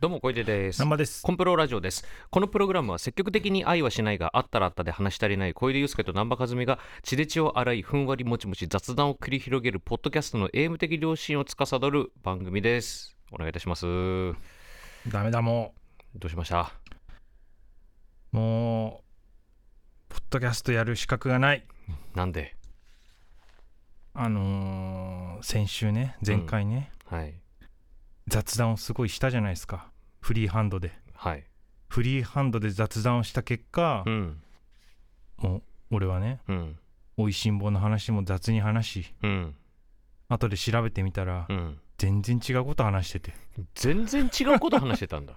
どうも小出です南波ですコンプロラジオですこのプログラムは積極的に愛はしないがあったらあったで話し足りない小出祐介と南波和美が血で血を洗いふんわりもちもち雑談を繰り広げるポッドキャストのエーム的良心を司る番組ですお願いいたしますどダメだもうしましたうもうポッドキャストやる資格がないなんであのー先週ね前回ね、はい雑談をすごいしたじゃないですかフリーハンドではいフリーハンドで雑談をした結果う、んもう俺はねうんおいしん坊の話も雑に話しうん後で調べてみたら、うん全然違うこと話してて全然違うこと話してたんだ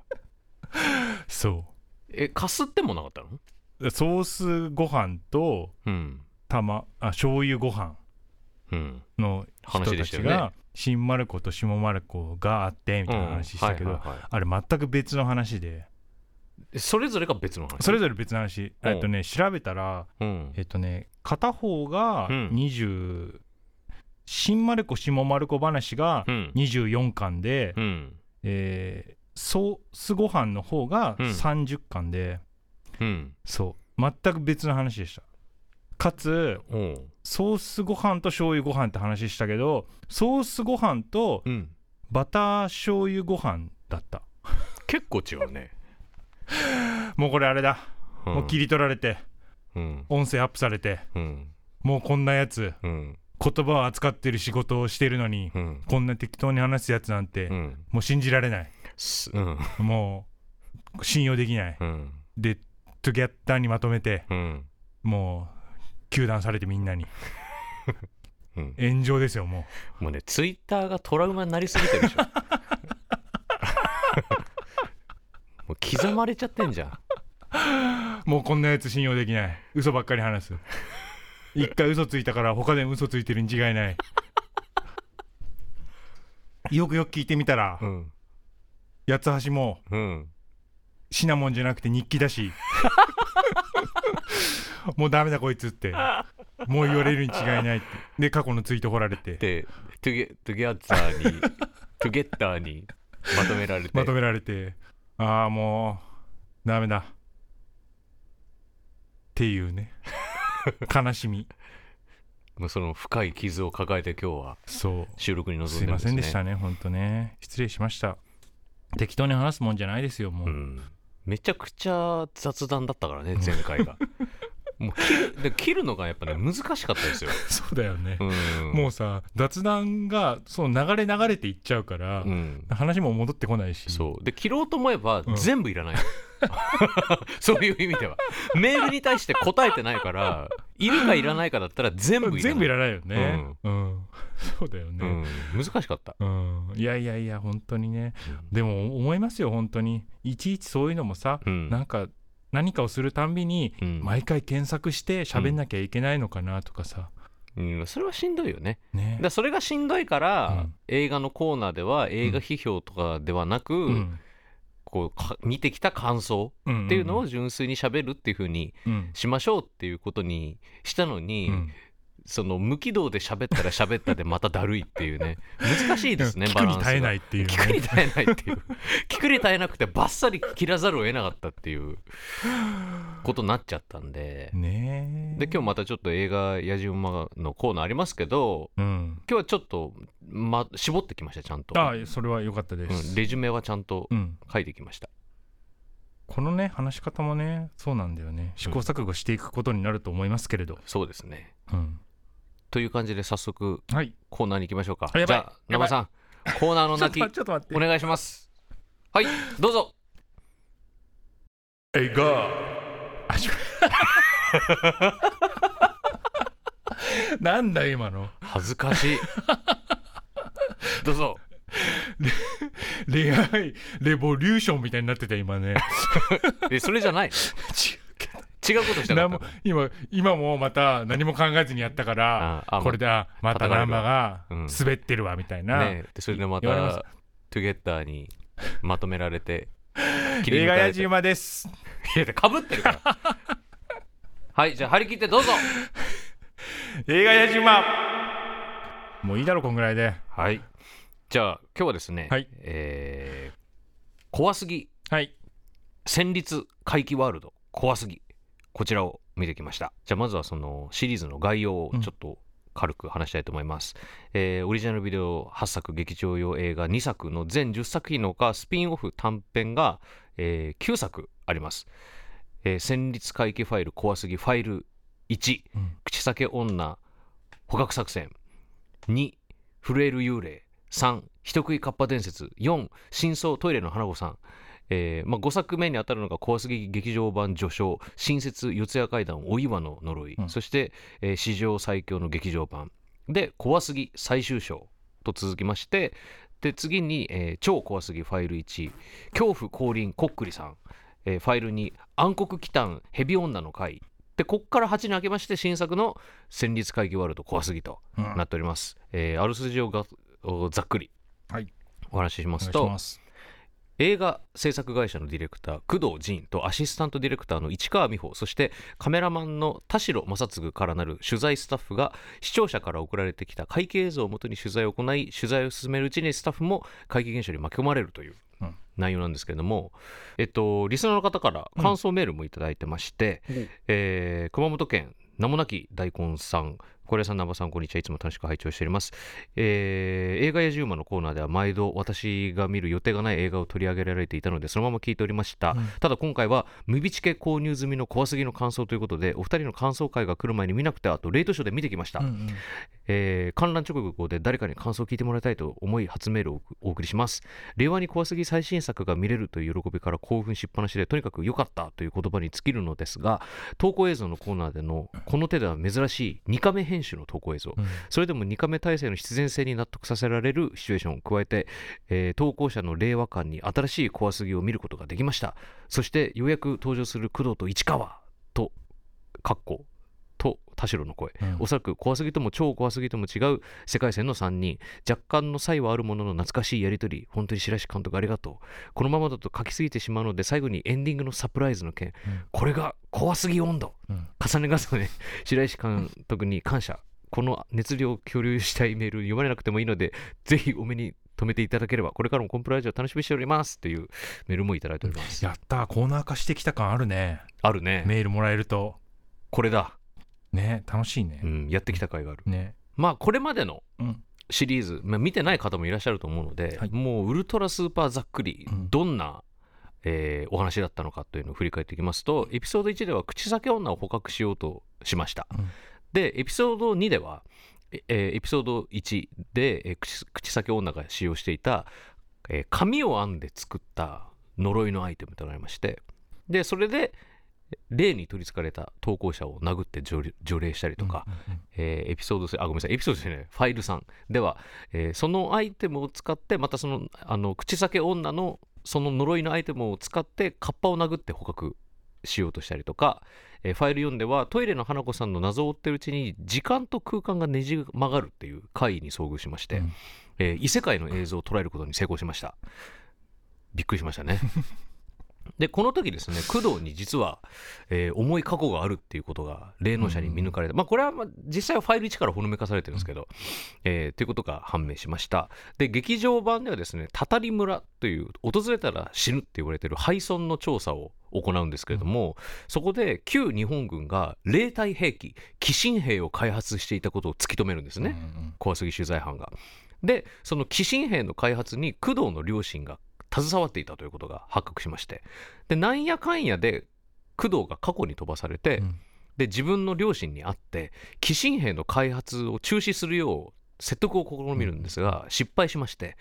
そえかすってもなかったのうソースご飯とうんたまあ醤油ご飯うんの人話たでしたよちねが、新丸子と下丸子があってみたいな話したけど、うんはいはいはあれ全く別の話でいそれぞれが別の話それぞれ別の話うんえっとね調べたらうんえっとね片方がうん20、新丸子下丸子話がうん24巻で、うんえーソースご飯の方がうん30巻で、うんそう全く別の話でしたかつうんソースご飯と醤油ご飯って話したけどソースご飯とうんバター醤油ご飯だった結構違うね、もうこれあれだ、うん、もう切り取られてうん音声アップされてうんもうこんなやつうん言葉を扱ってる仕事をしてるのに、うんこんな適当に話すやつなんて、うんもう信じられないすうんもう信用できないうんでトゥギャッターにまとめてうんもう糾弾されてみんなにうん炎上ですよももうねツイッターがトラウマになりすぎてるでしょもう刻まれちゃってんじゃんうもうこんなやつ信用できない嘘ばっかり話す一回嘘ついたから他でも嘘ついてるに違いないよくよく聞いてみたら、ん八つ橋もうんシナモンじゃなくて日記 だしもうダメだこいつってもう言われるに違いないってで過去のツイート掘られてでトゥゲトゥギャッザーにトゥゲッターにまとめられてまとめられてああもうダメだっていうね悲しみもうその深い傷を抱えて今日はそ収録に臨うんでするいんで、ますね、せんでしたねほんとね失礼しました適当に話すもんじゃないですよもう、うん、めちゃくちゃ雑談だったからね前回が もう切るで切るのがやっぱね難しかったですよ、そうだよねう、ん、もうさ雑談がその流れ流れていっちゃうから、うん、話も戻ってこないしそうで切ろうと思えばうん全部いら ない、そういう意味ではメールに対して答えてないからいるかいらないかだったら全部いらない全部いらないよね。うん、 そうだようね。ん、難しかった、うん、いやいやいや本当にね。でも思いますよ本当に。いちいちそういうのもさ、うんなんか何かをするたんびにうん毎回検索して喋んなきゃいけないのかなとかさ。うん、それはしんどいよねねだか。らそれがしんどいから、うん映画のコーナーでは映画批評とかではなく、うんこうか見てきた感想うんっていうのを純粋に喋るっていう風にうんしましょうっていうことにしたのに、うんその無軌道で喋ったら喋ったでまただるいっていう ね難しいですね聞バくランスにが耐えないっていうね。聞くに耐えないっていう聞くに耐えなくてバッサリ切らざるを得なかったって いうことになっちゃったんでねでえ。今日またちょっと映画「やじ馬」のコーナーありますけどうん。今日はちょっと、ま、絞ってきましたちゃんと、あそれは良かったでうんす。レジュメはちゃんとうん。書いてきましたこのね話し方もねそうなんだよね試行錯誤していくことになると思いますけれど、そうですねうん、という感じで早速はいコーナーに行きましょうか。あやじばいゃあ、生さ ん、コーナーの泣き、ちょっと待っお願いします。はい、どうぞ。映画あしなんだよ今の恥ずかしい。 どうぞ。恋愛レボリューションみたいになってた今ねえ、それじゃないの。 違うことしたか何ったも。今今もまた何も考えずにやったからああこれだまた叩かれナるンわバがうん滑ってるわみたいな、ねえ、でそれでま言われますた、トゥゲッターにまとめられ て、切り映抜か画れやてじ馬ですいやでかぶってる から。はい、じゃあ、張り切ってどうぞ。映画やじ馬もういいだろこんぐらいではい。じゃあ、今日はですね、はいえー怖すぎはい戦慄回帰ワールド怖すぎこちらを見てきましたじゃあまずはそのシリーズの概要をちょっと軽く話したいと思います、えーオリジナルビデオ8作劇場用映画2作の全10作品のほかスピンオフ短編が、えー9作あります、えー戦慄回帰ファイル怖すぎファイル1、うん口裂け女捕獲作戦2震える幽霊3人食いカッパ伝説4真相トイレの花子さんえーまあ、5作目に当たるのが怖すぎ劇場版序章「新設四谷怪談お岩の呪い」うんそして、えー史上最強の劇場版で怖すぎ最終章と続きましてで次に、えー超怖すぎファイル1恐怖降臨こっくりさん、えーファイル2暗黒忌憚蛇女の会でこっから8に開けまして新作の「戦慄会議ワールド怖すぎ」とうんなっております、えーある筋をがおざっくりはいお話ししおま願すいしとます映画制作会社のディレクター工藤仁とアシスタントディレクターの市川美穂そしてカメラマンの田代正嗣からなる取材スタッフが視聴者から送られてきた会計映像をもとに取材を行い取材を進めるうちにスタッフも会計現象に巻き込まれるといううん内容なんですけれども、えっと、リスナーの方から感想メールもいただいてまして、うんえー熊本県名もなき大根さん小平さん、南波さん、こんにちは。いつも楽しく拝聴しております。えー映画やジューマのコーナーでは毎度私が見る予定がない映画を取り上げられていたのでそのまま聞いておりました、うんただ今回はムビチケ購入済みの怖すぎの感想ということでお二人の感想会が来る前に見なくてあとレイトショーで見てきました、うんうんえー観覧直後で誰かに感想を聞いてもらいたいと思い初メールをお送りします令和に怖すぎ最新作が見れるという喜びから興奮しっぱなしでとにかく良かったという言葉に尽きるのですが投稿映像のコーナーでのこの手では珍しい2カメ編集の投稿映像、うんそれでも2カメ体制の必然性に納得させられるシチュエーションを加えて、えー投稿者の令和感に新しい怖すぎを見ることができましたそしてようやく登場する工藤と市川とかっこと田代の声うんおそらく怖すぎとも超怖すぎとも違う世界線の3人若干の差異はあるものの懐かしいやり取り本当に白石監督ありがとうこのままだと書きすぎてしまうので最後にエンディングのサプライズの件、うんこれが怖すぎ温度うん重ね重ね白石監督に感謝この熱量を共有したいメール読まれなくてもいいのでぜひお目に留めていただければこれからもコンプライジを楽しみにしておりますというメールもいただいておりますやったーコーナー化してきた感あるねあるねメールもらえるとこれだ、ね楽しいうねん、やってきた甲斐があるねまあこれまでのうんシリーズ、まあ、見てない方もいらっしゃると思うので、はいもうウルトラスーパーざっくりうんどんな、えーお話だったのかというのを振り返っていきますとエピソード1では口裂け女を捕獲しようとしました、うんでエピソード2では、ええーエピソード1で、えー口口裂け女が使用していた、えー紙を編んで作った呪いのアイテムとなりましてでそれで霊に取りつかれた投稿者を殴って除霊除霊したりとか、うんうんえーエピソード3あごめんなさいエピソードじゃないファイル3では、えーそのアイテムを使ってまたそのあの口裂け女のその呪いのアイテムを使ってカッパを殴って捕獲しようとしたりとか、えーファイル4ではトイレの花子さんの謎を追ってるうちに時間と空間がねじ曲がるっていう怪異に遭遇しまして、うんえー異世界の映像を捉えることに成功しましたびっくりしました ねでこの時ですね工藤に実は、えー重い過去があるっていうことが霊能者に見抜かれた、まあこれはまあ実際はファイル1からほのめかされてるんですけど、えーということが判明しましたで劇場版ではですねたたり村という訪れたら死ぬって言われてる廃村の調査を行うんですけれども、そこで旧日本軍が霊体兵器寄進兵を開発していたことを突き止めるんですね、うん怖すぎ取材班が。でその寄進兵の開発に工藤の両親が携わっていたということが発覚しましてでなんやかんやで工藤が過去に飛ばされて、うんで自分の両親に会って寄進兵の開発を中止するよう説得を試みるんですが、失敗しまして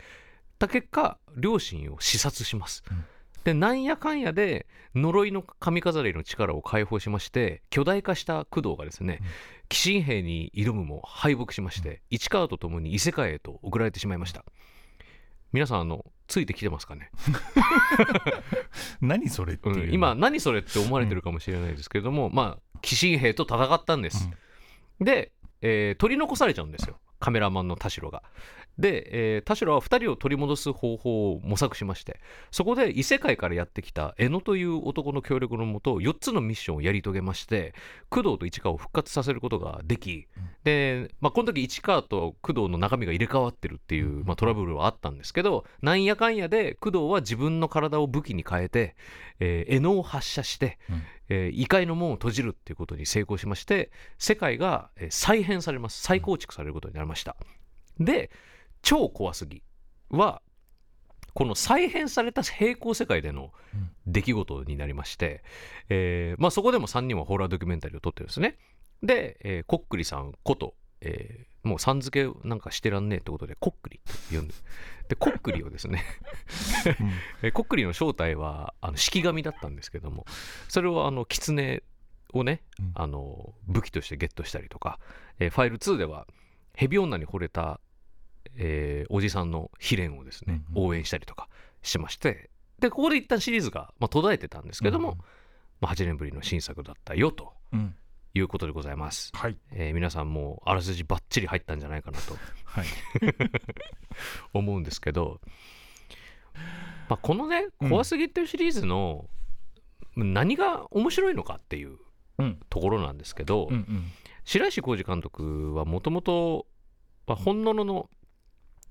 た結果両親を視察します。うんでなんやかんやで呪いの髪飾りの力を解放しまして巨大化した工藤がですね、うん寄進兵に挑むも敗北しまして、市川と共に異世界へと送られてしまいました皆さんあのついてきてますかね、うん何それってうんいう今何それって思われてるかもしれないですけれども、まあ寄進兵と戦ったんです、で、えー取り残されちゃうんですよカメラマンの田代が、で、えー田代は2人を取り戻す方法を模索しましてそこで異世界からやってきた江野という男の協力のもと4つのミッションをやり遂げまして工藤と市川を復活させることができ、で、まあ、この時市川と工藤の中身が入れ替わってるっていう、まあ、トラブルはあったんですけどなんやかんやで工藤は自分の体を武器に変えて、えー、江野を発射して、うんえー異界の門を閉じるっていうことに成功しまして世界がえー再編されます再構築されることになりました。で超怖すぎはこの再編された平行世界でのうん出来事になりまして、えーまあ、そこでも3人はホラードキュメンタリーを撮ってるんですねで、えーコックリさんこと、えーもうさん付けなんかしてらんねえってことでコックリって呼んででコックリをですねえーコックリの正体はあの式神だったんですけどもそれをあの狐をね、うんあの武器としてゲットしたりとか、えーファイル2では蛇女に惚れた、えーおじさんの秘伝をですね、うん応援したりとかしましてでここで一旦シリーズが、まあ、途絶えてたんですけども、まあ、8年ぶりの新作だったよとうん、うんいうことでございます、はいえー皆さんもうあらすじばっちり入ったんじゃないかなとはい思うんですけど、まあ、このね「うん怖すぎ」っていうシリーズの何が面白いのかっていううんところなんですけど、うんうん白石浩二監督はもともとまあ本物の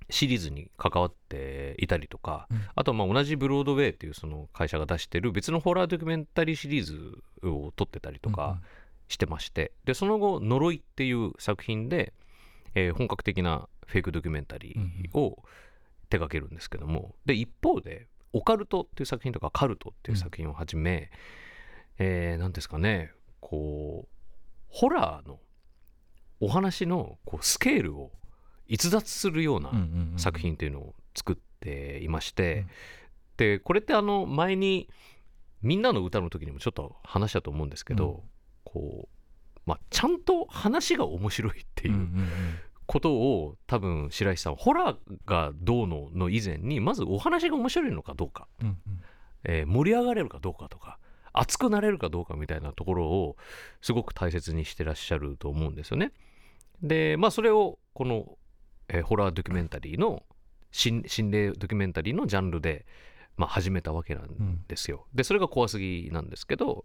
シリーズに関わっていたりとか、うんあとまあ同じブロードウェイっていうその会社が出してる別のホラードキュメンタリーシリーズを撮ってたりとか、してましてでその後「呪い」っていう作品で、えー本格的なフェイクドキュメンタリーを手掛けるんですけども、で一方で「オカルト」っていう作品とか「カルト」っていう作品をはじめ、えーなんですかねこうホラーのお話のこうスケールを逸脱するようなうんうんうん作品というのを作っていまして、うんでこれってあの前に「みんなの歌」の時にもちょっと話したと思うんですけど、うんこう、まあ、ちゃんと話が面白いってういんうううんことを、多分白石さんはホラーがどうのの以前にまずお話が面白いのかどうか、うんうんうんえー盛り上がれるかどうかとか熱くなれるかどうかみたいなところをすごく大切にしてらっしゃると思うんですよね。でまあそれをこの、えーホラードキュメンタリーの心心霊ドキュメンタリーのジャンルで、まあ、始めたわけなんですうんですよ。でそれが怖すぎなんですけど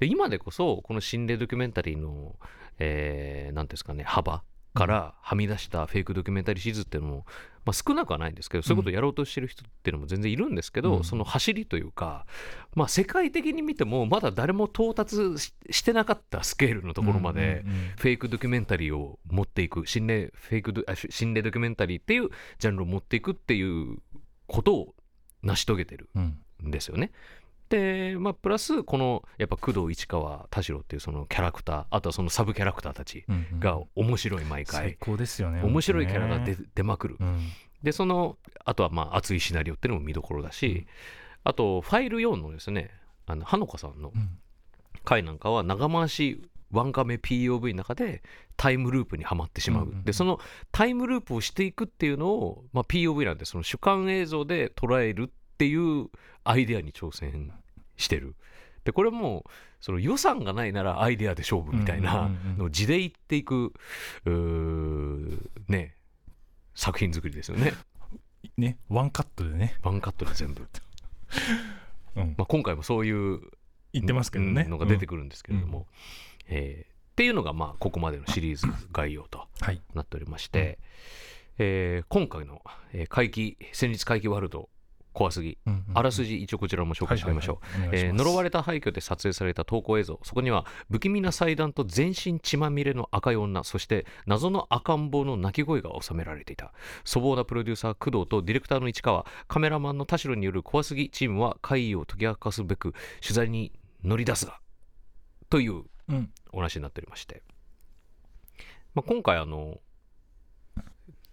で今でこそこの心霊ドキュメンタリーの何、えーなんていうんですかね幅からはみ出したフェイクドキュメンタリーシリーズっていうのも、まあ、少なくはないんですけどそういうことをやろうとしてる人っていうのも全然いるんですけど、うんその走りというか、まあ、世界的に見てもまだ誰も到達ししてなかったスケールのところまで。うんうんうんフェイクドキュメンタリーを持っていく心霊フェイクドあし心霊ドキュメンタリーっていうジャンルを持っていくっていうことを成し遂げてるうんですよね。で、まあ、プラスこのやっぱ工藤市川田代っていうそのキャラクターあとはそのサブキャラクターたちうんうんが面白い毎最回、高ですよね面白いキャラが出て出まくる、うんでそのあとはまあ熱いシナリオっていうのも見どころだし、あとファイル4のですねあの花子さんのうん回なんかは長回しワンカメ POV の中でタイムループにはまってしまう,、うんうんうんでそのタイムループをしていくっていうのを、まあ、POV なんでその主観映像で捉えるっていうアイデアに挑戦してるでこれもその予算がないならアイデアで勝負みたいなうんうんうんのを地でいっていくうーね作品作りですよねねワンカットでねワンカットで全部、うんまあ、今回もそういう言ってますけどねうんのが出てくくるんですけれども、えーっていうのがまあここまでのシリーズ概要とるはいなっておりまして、えー今回の、えー怪奇戦日怪奇ワールド怖すぎあらすじじ一応こちらも紹介しておきましょう。えー呪呪われれた廃墟で撮影された投稿映像そこには不気味な祭壇と全身血まみれの赤い女そして謎の赤ん坊の泣き声が収められていた粗暴なプロデューサー工藤とディレクターの市川カメラマンの田代による怖すぎチームは怪異を解き明かすべく取材に乗り出すがといううんお話になっておりまして、まあ、今回あの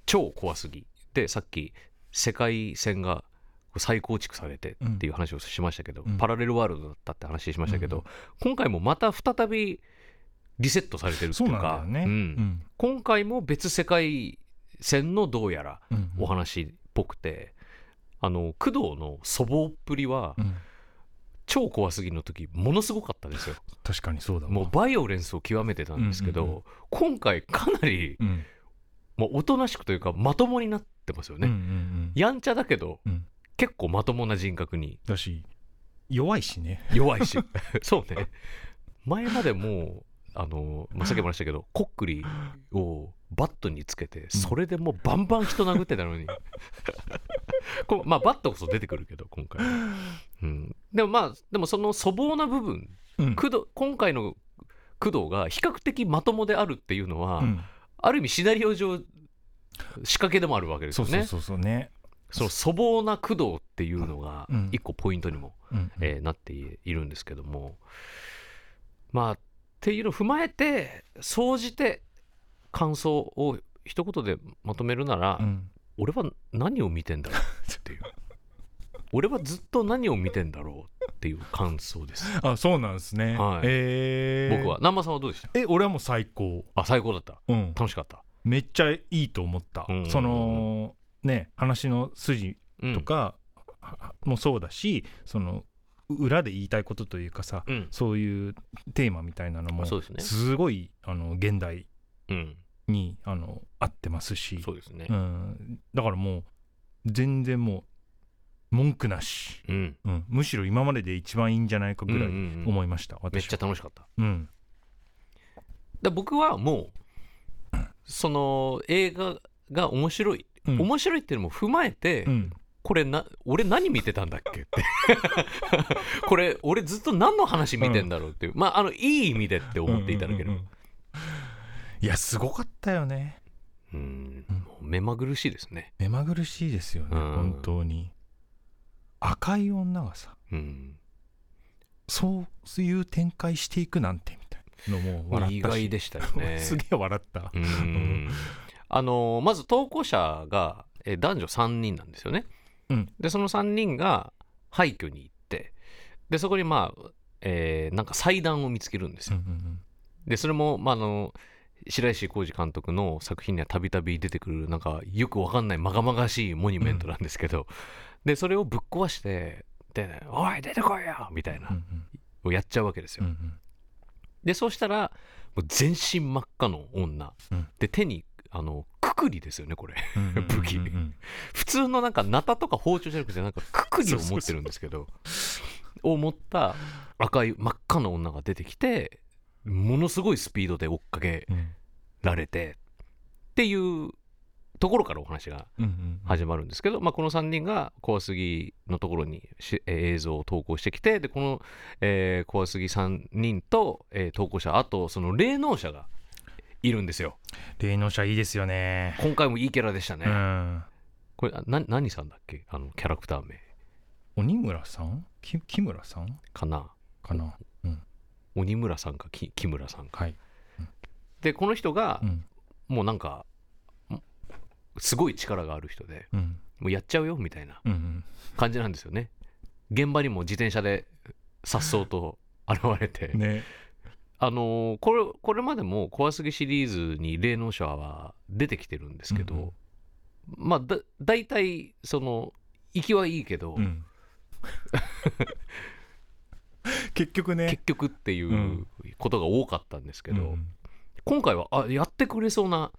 超怖すぎでさっき世界線が再構築されてっていう話をしましたけど、うんパラレルワールドだったって話しましたけど、うん今回もまた再びリセットされてるってそいううなんだかよねううんん今回も別世界線のどうやらうんお話っぽくて、あの工藤の粗暴っぷりはうん超怖すぎの時ものすごかったですよ。確かにそうだわもうバイオレンスを極めてたんですけど、うんうんう今回かなり、うんまあ、おとなしくというかまともになっってますようんうね、んうんやんちゃだけど、うん結構まともな人格に だし弱いしね弱いしそうね前までもうあの、まあ、さっきも言いましたけどコックリをバットにつけてそれでもうバンバン人殴ってたの にこうまあバットこそ出てくるけど今回は、うん、でもまあでもその粗暴な部分うん工藤今回の工藤が比較的まともであるっていうのは、うんある意味シナリオ上仕掛けでもあるわけですそようねそうそうそうねその粗暴な工藤っていうのがうん一個ポイントにも、うんうんえーなっているんですけどもまあっていうのを踏まえて総じて感想を一言でまとめるなら、うん 俺は何を見てんだろう っていう俺はずっと何を見てんだろうっていう感想です、あそうなんですねはいえー僕は南波さんはどうでしたえ俺はもう最高あ最高だったうん楽しかった、めっちゃいいと思ったうんそのね話の筋うんとかもそうだしその裏で言いたいことというかさうんそういうテーマみたいなのもそうですねすごいあの現代うんにあの合ってますしそうですねうん、だからもう全然もう文句なし、うんうん、むしろ今までで一番いいんじゃないかぐらいうんうんうん思いました、めっち私ゃは楽しかったうんで僕はもうその映画が面白い、うん面白いっていうのも踏まえて、うんこれな俺何見てたんだっ けってこれ俺ずっと何の話見てんだろうっていう、まああのいい意味でって思っていただければうんうんうんいやすごかったよねうんもう目まぐるしいですね、目まぐるしいですよね、うん本当に赤い女がさうん、そういう展開していくなんてみたいなのも笑意ったし外でしたよ ねすげえ笑ったう、んあのまず投稿者がえー男女3人なんですよね。うんでその3人が廃墟に行ってでそこにまあ、えーなんか祭壇を見つけるんですうんよ。うんでそれも、まあ、あの白石浩二監督の作品にはたびたび出てくるなんかよくわかんないまがまがしいモニュメントなんですけど、でそれをぶっ壊して「でおい出てこいよ!」みたいなうんをやっちゃうわけですようんう。んでそうしたらもう全身真っ赤の女、うんで手にあのくくりですよねこれ うんうんうんうん武器うん普通のなんかナタとか包丁じゃなくてなんかくくりを持ってるんですけどを持った赤い真っ赤の女が出てきてものすごいスピードで追っかけうんられてっていうところからお話がうんうんうん始まるんですけど、まあ、この3人が小杉のところにしえー映像を投稿してきてでこの、えー小杉3人と、えー投稿者あとその霊能者がいるんですよ霊能者いいですよね。今回もいいキャラでしたね、うん。これあな何さんだっけあのキャラクター名鬼村さんき木村さんかなかな鬼村さんかき木村さんかはい。でこの人がうん。もうなんかんすごい力がある人でうん。もうやっちゃうよみたいなうんうん。感じなんですよね現場にも自転車で颯爽と現れて、ね。あのーこれこれまでも「怖すぎ」シリーズに霊能者は出てきてるんですけど、うんうんまあだ大体その行きはいいけど、 うん。結局ね。結局っていううんことが多かったんですけど、うん今回はあやってくれそうな、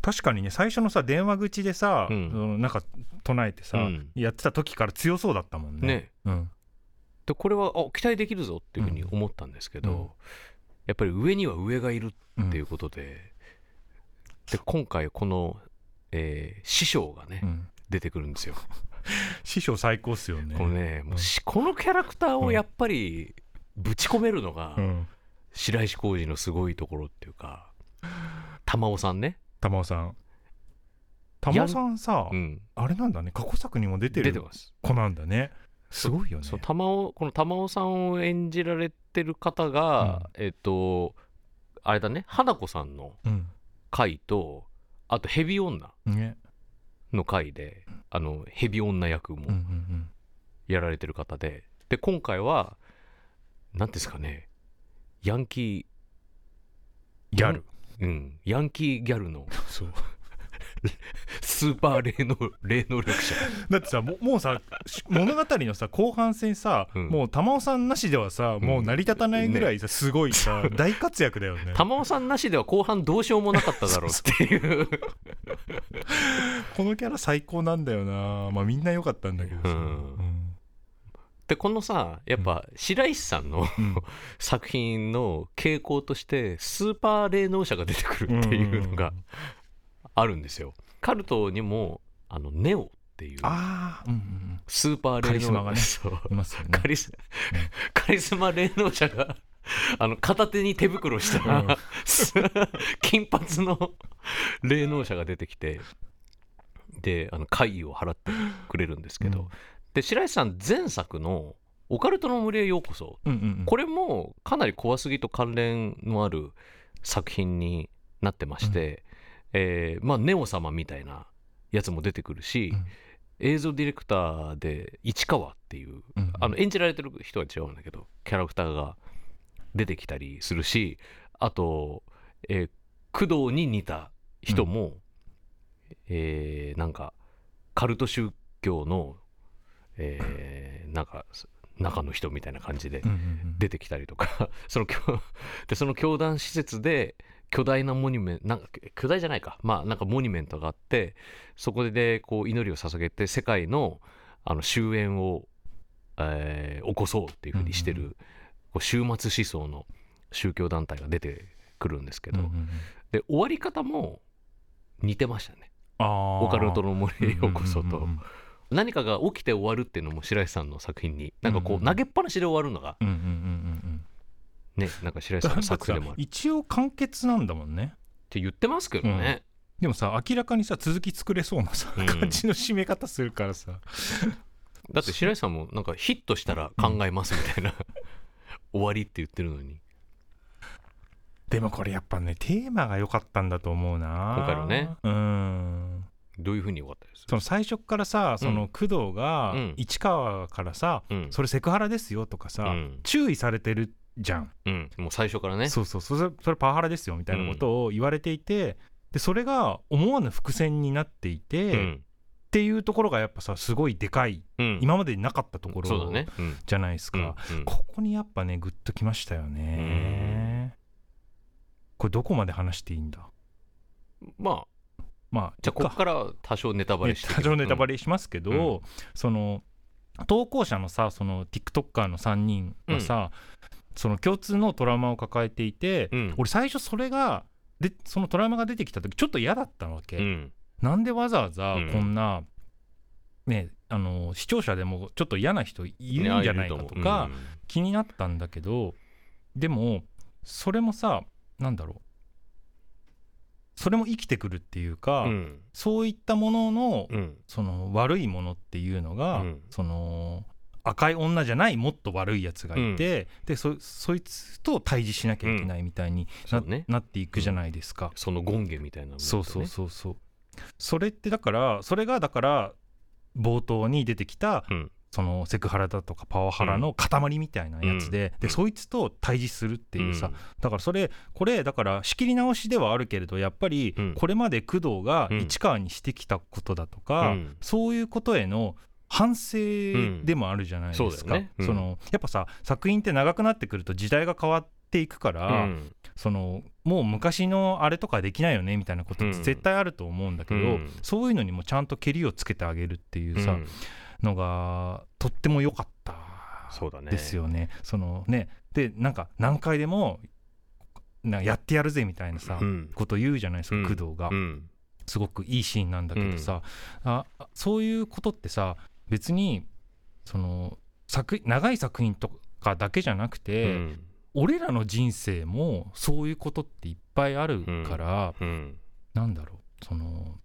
確かにね最初のさ電話口でさ、うんそのなんか唱えてさ、うんやってた時から強そうだったもんね。ねうん、でこれはあ期待できるぞっていうふうに思ったんですけど、うんやっぱり上には上がいるうんっていうことで,、で今回この、えー師匠がね、うん出てくるんですよ。師匠最高っすよね。このね、もううんしこのキャラクターをやっぱりぶち込めるのがうん、白石浩二のすごいところっていうか玉緒さんね、玉尾さん。玉尾さんさ、うん、あれなんだね過去作にも出て出てるます子なんだね。すごいよね。そう玉緒この玉緒さんを演じられてる方が、えっとあれだね花子さんのうん、回とあとヘビ女ね。の回であのヘビ女役うんうんもやられてる方で、で今回は何ですかねヤンキーギャル。うん、ヤンキーギャルのそう。スーパー霊能霊能力 者 だってさももうさし物語のさ後半戦さ、うんもう玉尾さんなしではさもう成り立たないぐらいさ、すご いさ、大活躍だよね玉尾さんなしでは後半どうしようもなかっただろうっていうこのキャラ最高なんだよなまあみんな良かったんだけどさ、うんうん でこのさやっぱ白石さんの作品の傾向としてスーパー霊能者が出てくる っていうのがんあるんですよカルトにもあのネオっていうああ、うんうんうん、スーパー霊能カリスマがねそういますよねカリス カリスマ霊能者があの片手に手袋した、うん 金髪の霊能者が出てきてであの怪異を払ってくれるんですけど、うんで白石さん前作の「オカルトの森へようこそうんうんう」ん これもかなり怖すぎと関連のある作品になってまして、えーまあ、ネオ様みたいなやつも出てくるし、うん映像ディレクターで市川っていううんうんあの演じられてる人は違うんだけどキャラクターが出てきたりするしあと、えー工藤に似た人も、えーなんかカルト宗教の、えーなんか中の人みたいな感じでうんうんうん出てきたりとか その教でその教団施設で巨大なモニュメントなんか巨大じゃないかまあなんかモニュメントがあってそこでこう祈りを捧げて世界のあの終焉を、えー起こそうっていうふうにしてうんうる、こう終末思想の宗教団体が出てくるんですけうんど、うんうんで終わり方も似てましたねあ「あオカルトの森へようこそ」うんうとん何かが起きて終わるっていうのも白石さんの作品になんかこうんううん投げっぱなしで終わるのがうんうんうんうん うんねなんか白石ださんのってさ作でもある一応完結なんだもんねって言ってますけどね、でもさ明らかにさ続き作れそうなさ、うん感じの締め方するからさだって白石さんもなんかヒットしたら考えますみた いな、終わりって言ってるのにでもこれやっぱねテーマが良かったんだと思うな今回のねうんどういうふうに終わったですその最初っからさその工藤がうん市川からさ、うんそれセクハラですよとかさ、うん注意されてるじゃんうん、もう最初からねそうそうそれそれパワハラですよみたいなことを言われていて、でそれが思わぬ伏線になっていて、うっんていうところがやっぱさすごいでかいうん、今までになかったとこそうだろね、うんじゃないですか、うんうんここにやっぱねグッときましたよねこれどこまで話していいんだまあまあじゃあこいっこから多少ネタバねレしていく多少ネタバレしますけど、うんその投稿者のさその TikToker の3人はさ、その共通のトラウマを抱えていて、うん俺最初それがでそのトラウマが出てきた時ちょっと嫌だったわけ、うんなんでわざわざうんこんな、ねあの視聴者でもちょっと嫌な人いるんじゃないかとやか、気になったんだけどでもそれもさなんだろうそれも生きてくるっていうか、いると思ううんそういったもののうんうんその悪いものっていうのが、うんその赤い女じゃないもっと悪いやつがいて、でそそいつと対峙しなきゃいけないみたいにな,、そうねなっていくじゃないですか。その権限みたいなものとねそうそうそうそうそれってだからそれがだから冒頭に出てきた、うんそのセクハラだとかパワハラの塊みたいなやつで、うでんそいつと対峙するっていうさ、んだからそれこれだから仕切り直しではあるけれどやっぱりうんこれまで工藤がうん市川にしてきたことだとうか、んそういうことへの反省んでもあるじゃないですか、そうだよねうんそのやっぱさ作品って長くなってくると時代が変わっていくから、うんそのもう昔のあれとかできないよねみたいなことって絶対あると思うんだけど、うんそういうのにもちゃんとけりをつけてあげるっていうさ、うんのがとっても良かったそうだねですよね。そのねでなんか何回でもなやってやるぜみたいなさ、うんこと言うじゃないですか、うん工藤が、うんすごくいいシーンなんだけどさ、あそういうことってさ別にその作長い作品とかだけじゃなくて、うん俺らの人生もそういうことっていっぱいあるから、うんなんだろうその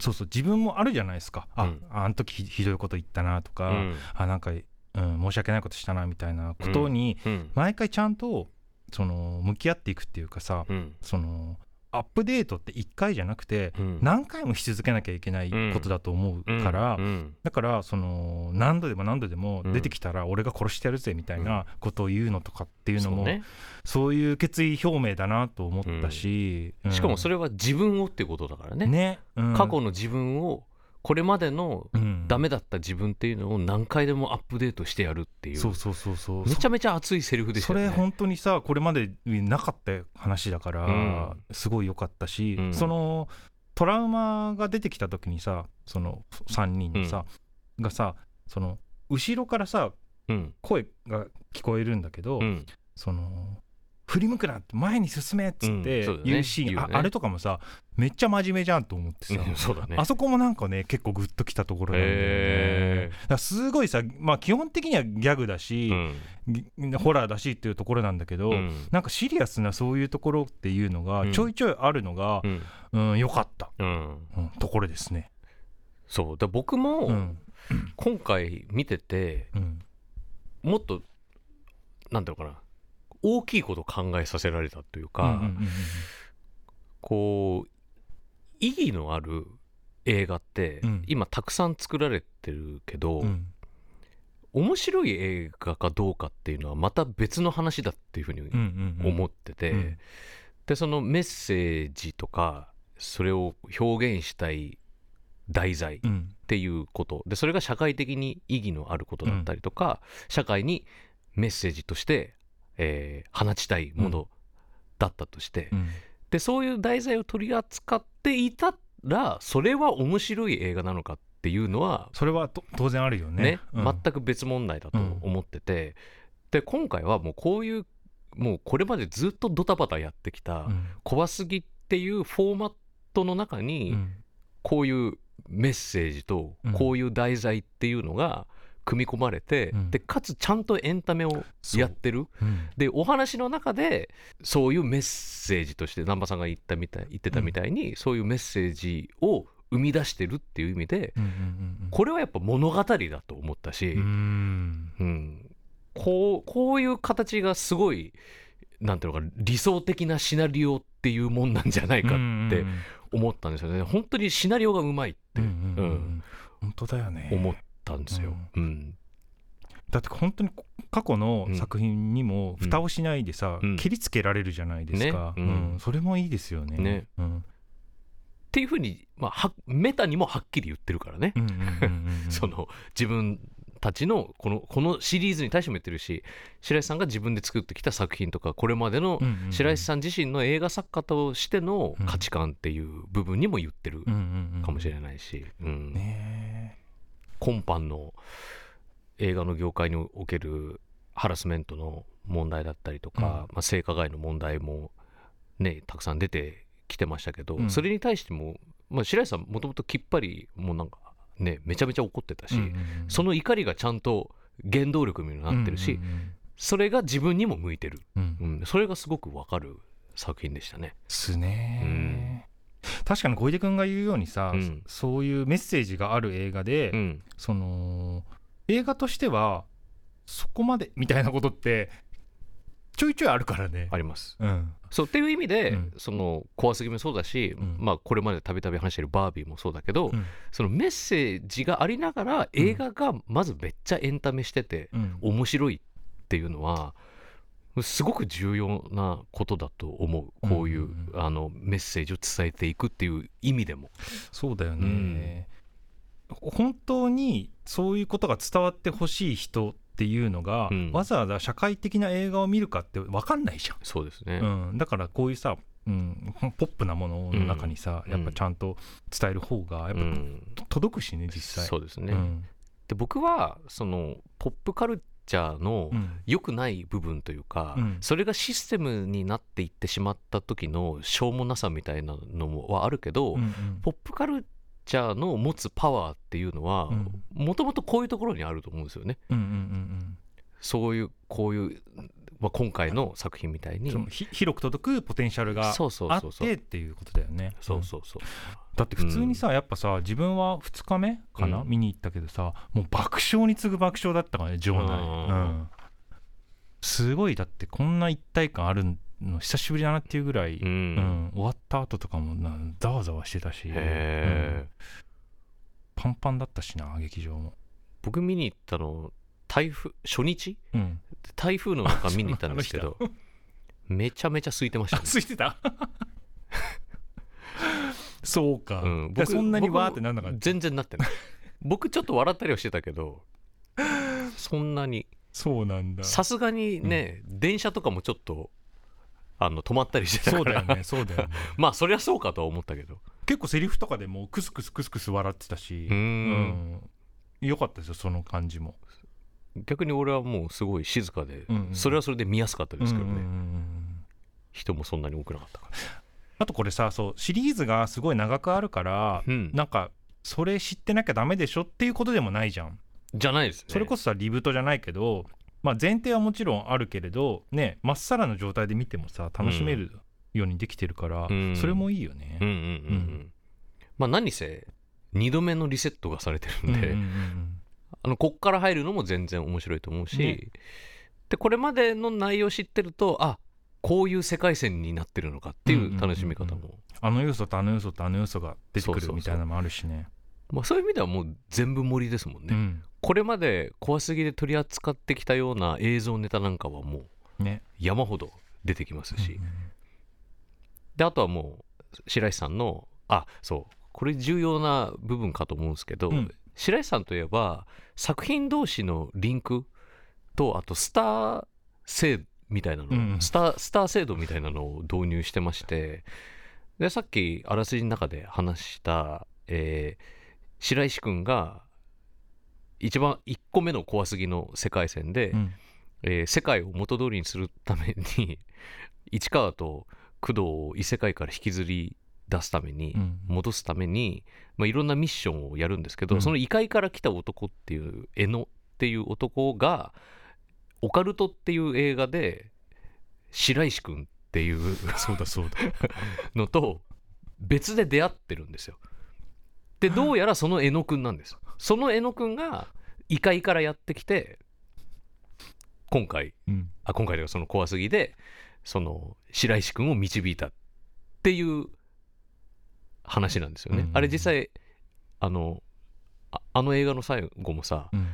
そうそう自分もあるじゃないですかあ、うんああの時ひひどいこと言ったなとか、うんあなんか、うん、申し訳ないことしたなみたいなことに、うん毎回ちゃんとその向き合っていくっていうかさうんそのアップデートって1回じゃなくてうん何回もし続けなきゃいけないことだと思うから、うんうんだからその何度でも何度でも出てきたら俺が殺してやるぜみたいなことを言うのとかっていうのそうもね、そういう決意表明だなと思ったし、うんしかもそれは自分をってことだからねね、うん過去の自分をこれまでのうんダメだった自分っていうのを何回でもアップデートしてやるっていうそうそうそうそうめちゃめちゃ熱いセリフでしたそよねれ本当にさこれまでになかった話だから、うんすごい良かったし、うんそのトラウマが出てきた時にさその3人のさ、がさその後ろからさうん声が聞こえるんだけど、うんその振り向くなって前に進めっつっうんてそうだね言うシーン、言うよねああれとかもさめっちゃ真面目じゃんと思ってさ、うんそうだねあそこもなんかね結構グッときたところなんだよね、へだからすごいさ、まあ、基本的にはギャグだしー、ぎホラーだしっていうところなんだけど、うんうんなんかシリアスなそういうところっていうのがうんちょいちょいあるのがう、んうん良かった、うんうんところですね。そうだから僕うもん今回見ててうんもっとなんだろうかな大きいことを考えさせられたといううんうんかこう意義のある映画ってうん今たくさん作られてるけど、うんうん面白い映画かどうかっていうのはまた別の話だっていうふうにうんうんうん思ってて、うんでそのメッセージとかそれを表現したい題材っうんていうことでそれが社会的に意義のあることだったりとか、社会にメッセージとして、えー放ちたいものだったとして、うんでそういう題材を取り扱っていたらそれは面白い映画なのかっていうのはそれはと当然あるよね。ね、うん全く別問題だと思ってて、で今回はもうこういうもうこれまでずっとドタバタやってきたうん怖すぎっていうフォーマットの中うにんこういうメッセージとうんこういう題材っていうのが組み込まれて、うんでかつちゃんとエンタメをやってるうんでお話の中でそういうメッセージとして南波さんが言ったみたい言ってたみたいに、そういうメッセージを生み出してるっていう意味でうんうんこれはやっぱ物語だと思ったし、うんうんうん、こうこういう形がすごいなんていうのか理想的なシナリオっていうもんなんじゃないかって思ったんですよね本当にシナリオがうまいってうんうんうんうんうん本当だよね思ったんですよ。うんだって本当に過去の作品にも蓋をしないでさ、うん切りつけられるじゃないですか、ねうんうんそれもいいですよね。ねうんっていうふうに、まあ、はメタにもはっきり言ってるからね、うんうんうんう んその自分たちのこのこのシリーズに対しても言ってるし白石さんが自分で作ってきた作品とかこれまでのうんうんうん白石さん自身の映画作家としての価値観っていう部分にも言ってるうんうんうんかもしれないし、うん、ね今般の映画の業界におけるハラスメントの問題だったりとか、うんまあ、性加害の問題も、ね、たくさん出てきてましたけど、うんそれに対しても、まあ、白石さんもともときっぱりもうなんか、ね、めちゃめちゃ怒ってたし、うんうんうんその怒りがちゃんと原動力にもなってるし、うんうんそれが自分にも向いてる、うんうんうん、それがすごくわかる作品でしたね。すね、確かに小出君が言うようにさ、うんそういうメッセージがある映画で、うん、その映画としてはそこまでみたいなことってちょいちょいあるからね。ありますうんそうっていう意味で、うんその怖すぎもそうだし、うんまあ、これまでたびたび話してるバービーもそうだけど、うんそのメッセージがありながら映画がまずめっちゃエンタメしててうん面白いっていうのはすごく重要なことだと思うこういう、うんうんあのメッセージを伝えていくっていう意味でも。そうだよね、本当にそういうことが伝わってほしい人っていうのが、うんわざわざ社会的な映画を見るかって分かんないじゃんそうですね、うん、だからこういうさ、うん、ポップなものの中にさ、うんやっぱちゃんと伝える方がやっうぱん届くしね、実際。そうですね、うんで僕はそのポップカルチャーの、うん良くない部分というか、うんそれがシステムになっていってしまった時のしょうもなさみたいなのもはあるけど、うんうんポップカルチャーの持つパワーっていうのはうんもともとこういうところにあると思うんですよね。うんうんそういうこういう、まあ、今回の作品みたいうんにそのひ広く届くポテンシャルがそうそうあそうっそうてっていうことだよね。そううんそうそうだって普通にさ、やっぱさ自分は2日目かな、うん見に行ったけどさもう爆笑に次ぐ爆笑だったからね場内、あーうんすごいだってこんな一体感あるんの久しぶりだなっていうぐらい、ううんん終わった後とかもなざわざわしてたし、へえうんパンパンだったしな劇場も、僕見に行ったの台風初日 うん、台風の中見に行ったんですけどあめちゃめちゃ空いてましたね空いてたそうか、うん僕そんなに僕わーってなんなかった全然なって ない僕ちょっと笑ったりはしてたけどそんなにそうなんださすがにね、電車とかもちょっとあの止まったりしてたかそうらだよねそうだよね まあそりゃそうかとは思ったけど結構セリフとかでもクスクスクスクス笑ってたしうーんうんよかったですよその感じも逆に俺はもうすごい静かで、うんうんそれはそれで見やすかったですけどね、うんうんうん人もそんなに多くなかったからあとこれさそうシリーズがすごい長くあるから、うんなんかそれ知ってなきゃダメでしょっていうことでもないじゃんじゃないですねそれこそさリブートじゃないけど、まあ、前提はもちろんあるけれどねまっさらの状態で見てもさ楽しめるようにできてるから、うんそれもいいよね。うんうんうん、う、うんまあ何せ2度目のリセットがされてるんで、うんうんうんあのこっから入るのも全然面白いと思うし、ねでこれまでの内容知ってるとあこういう世界線になってるのかっていう楽しみ方も、うんうんうんあの要素とあの要素とあの要素が出てくるみたいなのもあるしね。まあ、そういう意味ではもう全部盛りですもんね、うんこれまで怖すぎで取り扱ってきたような映像ネタなんかはもうね山ほど出てきますし、うんであとはもう白石さんのあそうこれ重要な部分かと思うんですけど、うん白石さんといえば作品同士のリンクとあとスター制みたいなの、うんスタースター制度みたいなのを導入してましてでさっきあらすじの中で話した、えー白石くんが一番1個目の怖すぎの世界線で、うんえー世界を元通りにするために市川と工藤を異世界から引きずり出すために、うん戻すために、まあ、いろんなミッションをやるんですけど、うんその異界から来た男っていう江野っていう男が「オカルト」っていう映画で白石くんっていうそうだそうだ。のと別で出会ってるんですよ。でどうやらその江野くんなんです。その江野くんが異界からやってきて今回うんあ今回ではその怖すぎでその白石君を導いたっていう話なんですよね。うんあれ実際あのああの映画の最後もさうん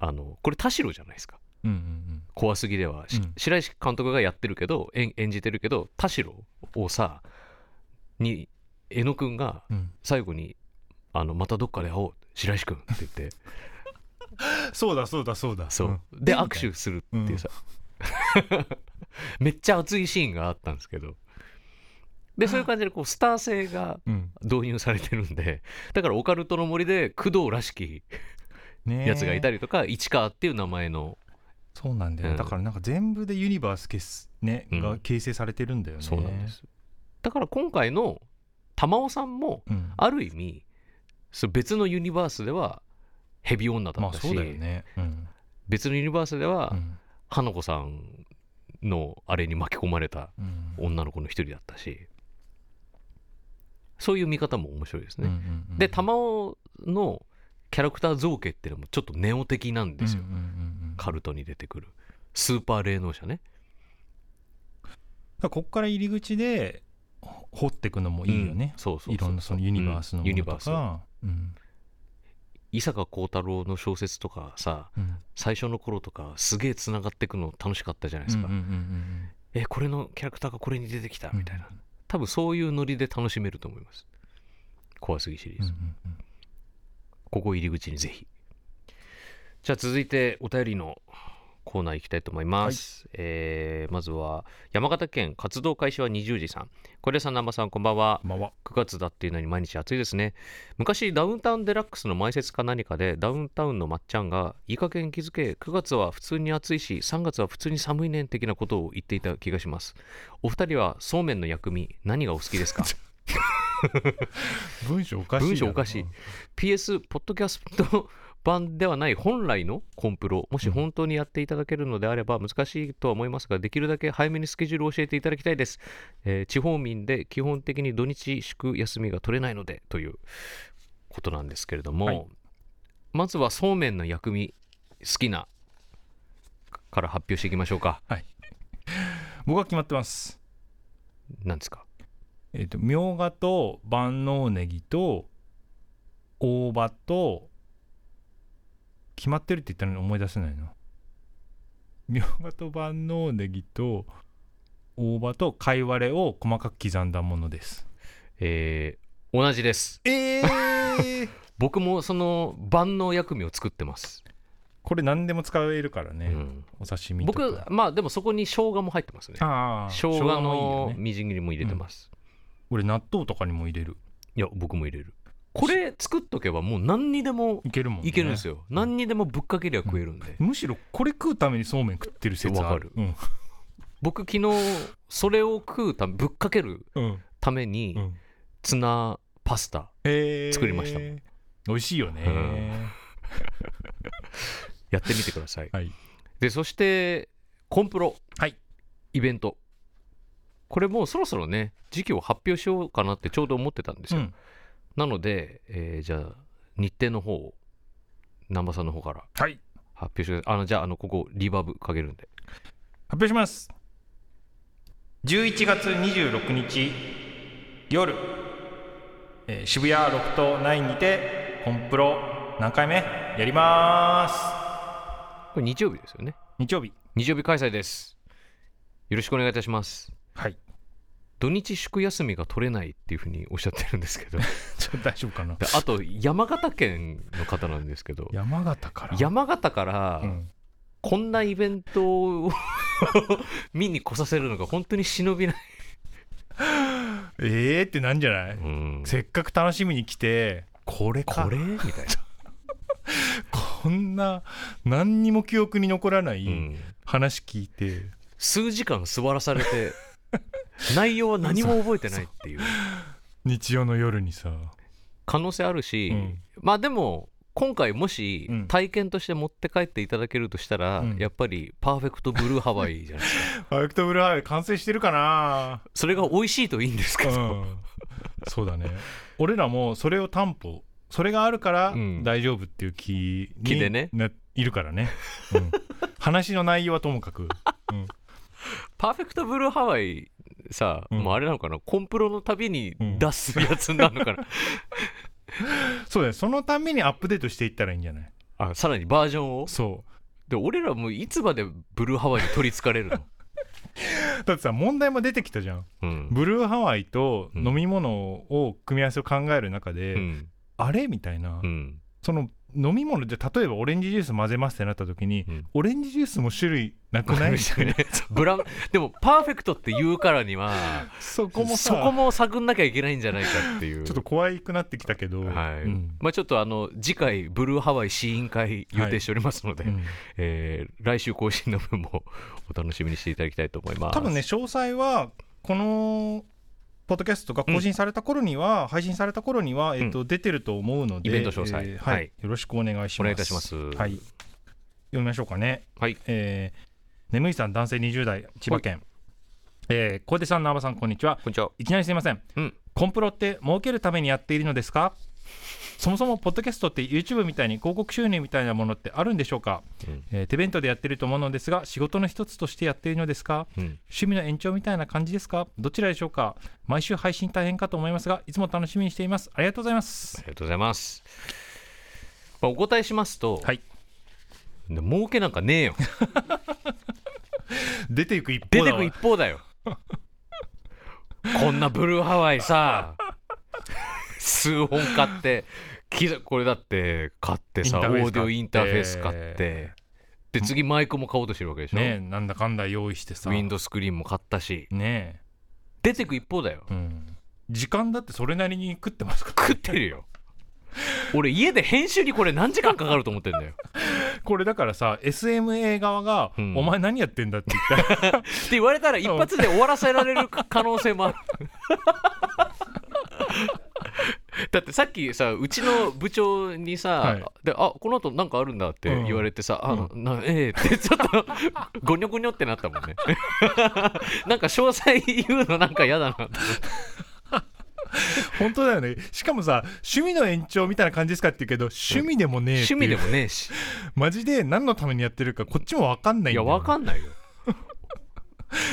あのこれ田代じゃないですかうんうん怖すぎでは、しうん白石監督がやってるけど演演じてるけど田代をさに江野くんがうんうん最後にあの「またどっかで会おう白石君」って言ってそうだそうだ そうだ。そう、んで握手するっていうさ、 めっちゃ熱いシーンがあったんですけどでそういう感じでこうスター性がうん導入されてるんでだからオカルトの森で工藤らしきねやつがいたりりとか、市川っていう名前の、そうなんだよ、うんだからなんか全部でユニバースけす、ねうんが形成されてるんだよねそうなんで、すだから今回の玉尾さんもうんある意味そう別のユニバースではヘビ女だまっあたし、そうだよね、うん別のユニバースでは、うん花子さんのあれに巻き込まれたうん女の子の一人だったしそういう見方も面白いですうんうね、んうんで玉尾のキャラクター造形っていうのもちょっとネオ的なんですよ、うんうんうんうんカルトに出てくるスーパー霊能者ねだからここから入り口でほ掘っていくのもいいよねうん、そうそうそういろんなそのユニバースうのんもユニのバとースか、うん伊坂幸太郎の小説とかさうん最初の頃とかすげえつながってくの楽しかったじゃないでうんすうか、んうんうんえこれのキャラクターがこれに出てきたうんみたいな、多分そういうノリで楽しめると思います怖すぎシリーうんうズ、んうんここ入り口にぜひ。じゃあ続いてお便りのコーナー行きたいと思います。えーまずは山形県活動開始は20時さん。小出さん、南波さん、こんばんはこ。んばんは9月だっていうのに毎日暑いですね昔ダウンタウンデラックスの前説か何かでダウンタウンのまっちゃんがいい加減気づけ9月は普通に暑いし3月は普通に寒いねん的なことを言っていた気がしますお二人はそうめんの薬味何がお好きですか文章おかしいだろ文章おかしい PS ポッドキャスト版ではない本来のコンプロもし本当にやっていただけるのであれば難しいとは思いますができるだけ早めにスケジュールを教えていただきたいです、えー地方民で基本的に土日祝休みが取れないのでということなんですけれども、はいまずはそうめんの薬味好きなから発表していきましょうかはい僕は決まってますなんですかえっ、とみょうがと万能ネギと大葉と決まってるって言ったのに思い出せないなみょうがと万能ネギと大葉と貝割れを細かく刻んだものですえー同じですえー、僕もその万能薬味を作ってます、 これ何でも使えるからね、うん、お刺身とか僕まあでもそこに生姜も入ってますねああ生姜のいいよねみじん切りも入れてます、俺納豆とかにも入れるいや僕も入れるこれ作っとけばもう何にでもいけるもん、ね、いけるんですよ、何にでもぶっかけりゃ食えるん で、むしろこれ食うためにそうめん食ってる説あるうん僕昨日それを食うためぶっかけるうんためにうんツナパスタへー作りましたも美味しいよね、うんやってみてくださいはいでそしてコンプロ、はいイベントこれもうそろそろね時期を発表しようかなってちょうど思ってたんですうよ、んなので、えーじゃあ日程の方を南波さんの方からはい発表してくださいあのじゃああのここリバーブかけるんで発表します11月26日夜、えー渋谷ロフト9にてコンプロ何回目やりますこれ日曜日ですよね日曜日日曜日開催ですよろしくお願いいたしますはい 土日祝休みが取れないっていうふうにおっしゃってるんです けどでちょっと大丈夫かなあと山形県の方なんですけど山形から山形からうんこんなイベントを見に来させるのが本当に忍びない、えーってなんじゃない、うんせっかく楽しみに来てこれかこれみ たいな、こんな何にも記憶に残らなういん話聞いて、数時間座らされ て内容は何も覚えてないっていう日曜の夜にさ可能性あるし、うんまあでも今回もしうん体験として持って帰っていただけるとしたら、うんやっぱりパーフェクトブルーハワイじゃない ですか「アクトブルーハイ完成してるかな?それが美味しいといいんです」けうど、んそうだね俺らもそれを担保それがあるからうん大丈夫っていう気に気でねないるからね、 うん話の内容はともかく、うんパーフェクトブルーハワイさ、うんもうあれなのかなコンプロのたびに出すやつになるの かな、そうだねそのためにアップデートしていったらいいんじゃないあさらにバージョンをそで俺らもういつまでブルーハワイに取りつかれる の、うだってさ問題も出てきたじゃんうんブルーハワイとうん飲み物を組み合わせを考える中で、うんあれみたいな、うんその飲み物で例えばオレンジジュース混ぜますってなった時に、うんオレンジジュースも種類なくないみたいなブランでもパーフェクトって言うからにはそこもさ そこも探んなきゃいけないんじゃないかっていうちょっと怖くなってきたけど、はいうんまあ、ちょっとあの次回ブルーハワイ試飲会予定しておりますので、うんえー来週更新の分もお楽しみにしていただきたいと思います多分ね詳細はこのポッドキャストが更新された頃には、配信された頃には、えっと出てると思うのでイベント詳細えーはいはいよろしくお願いおします願いいたしますはい、読みましょうかねはいえー眠いさん男性20代千葉県えー小出さんのばさんこんにちはこんにちはいきなりすいません、うんコンプロって儲けるためにやっているのですかそもそもポッドキャストって YouTube みたいに広告収入みたいなものってあるんでしょうか、うんえー手弁当でやってると思うのですが仕事の一つとしてやっているのですかうん趣味の延長みたいな感じですかどちらでしょうか毎週配信大変かと思いますがいつも楽しみにしていますありがとうございまあすりがとうございます、まあ、お答えしますと、はいで儲けなんかねえよ 出ていく一方出だてく一方だよこんなブルーハワイさ数本買ってきこれだって買ってさオインターフェース買ーってディオインターフェース買ってで次マイクも買おうとしてるわけでしょ、ねえなんだかんだ用意してさウィンドスクリーンも買ったしね出てく一方だよえ、うん、時間だってそれなりに食ってますから食ってるよ俺家で編集にこれ何時間かかると思ってんだよっ これだからさ SMA 側が、うんお前何やってんだ」って言ったらて言われたら一発で終わらせられる可能性 もあるだってさっきさうちの部長にさ「はいであこの後なんかあるんだ」って言われてさ「あなええってちょっとゴニョゴニョってなったもん ねなんか詳細言うのなんか嫌だなって本当だよねしかもさ趣味の延長みたいな感じですかって言うけど趣味でもねえって趣いう味でもねえしマジで何のためにやってるかこっちも分かんないい んだやよわかんないよ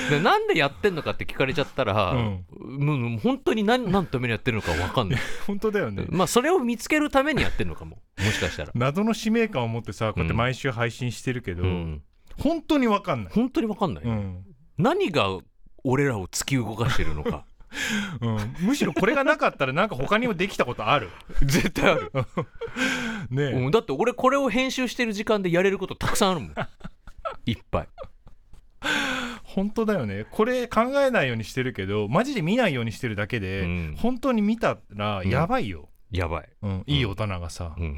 でなんでやってんのかって聞かれちゃったら、うんもうもう本当に何何のためにやってるのか分かんない本当だよねまあそれを見つけるためにやってるのかももしかしたら、謎の使命感を持ってさこうやって毎週配信してるけど、うん、本当にわかんない、本当に分かんない、うん何が俺らを突き動かしてるのかうんむしろこれがなかったらなんか他にもできたことある 絶対ある、 ね えうん、だって俺これを編集してる時間でやれることたくさんあるも んいっぱい本当だよねこれ考えないようにしてるけどマジで見ないようにしてるだけで、うん本当に見たらやばいよ、やばい、うんいい大人がさ、うん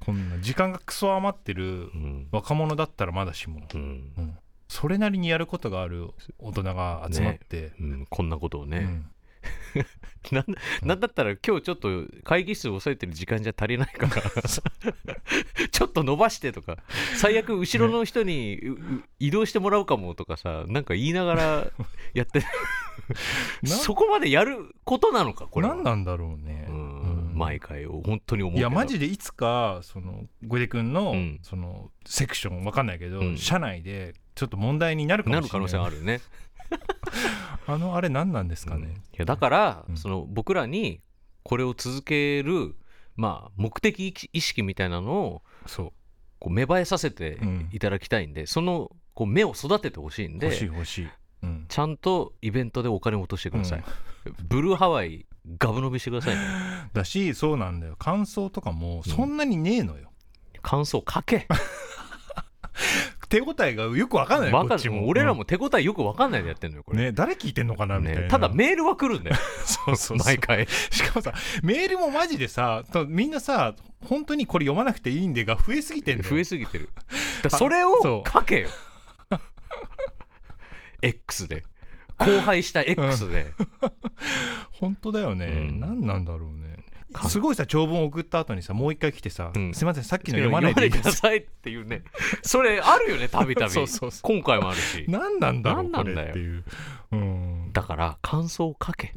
こんな時間がクソ余ってるうん若者だったらまだしもうんそれなりにやることがある大人が集まって、うんこんなことをうね、ん なんなんだったら今日ちょっと会議室を抑えてる時間じゃ足りないから ちょっと伸ばしてとか最悪後ろの人にうう移動してもらうかもとかさなんか言いながらやって なそこまでやることなのかこれは何なんだろうね、うんうん毎回本当に思うけいどやマジでいつかその小出君の,、うんそのセクションわかんないけど、うん社内でちょっと問題になるかもなるしれない可能性はあるね。あのあれ何なんですかうんいね、やだから、うんその僕らにこれを続ける、まあ、目的意識意識みたいなのをそうこう芽生えさせてうんいただきたいんで、そのこう目を育ててほしいん欲しいで欲しい、うん、ちゃんとイベントでお金を落としてください、ブルーハワイガブ伸びしてください、ね、だしそうなんだよ感想とかもそんなにねえのよ、感想書 け手応えがよくわかんないよわこかっちんも俺らも手応えよく分かんないでやってんのよこうんれ、ね誰聞いてんのかなみたいな、ねただメールは来るんだよ そうそうそう毎回しかもさメールもマジでさとみんなさ本当にこれ読まなくていいんでが増えすぎてんだよ増えすぎてるだそれをそう書け よ X で荒廃した X で、本当だよね、うん何なんだろうねかすごいさ長文送った後にさもう一回来てさ、うんすいませんさっきの読まないでいい読までくだすさいっていうねそれあるよねたびたび そうそうそ今回もあるし何なんだろう何なこんだれよっていう、うん、だから感想を書け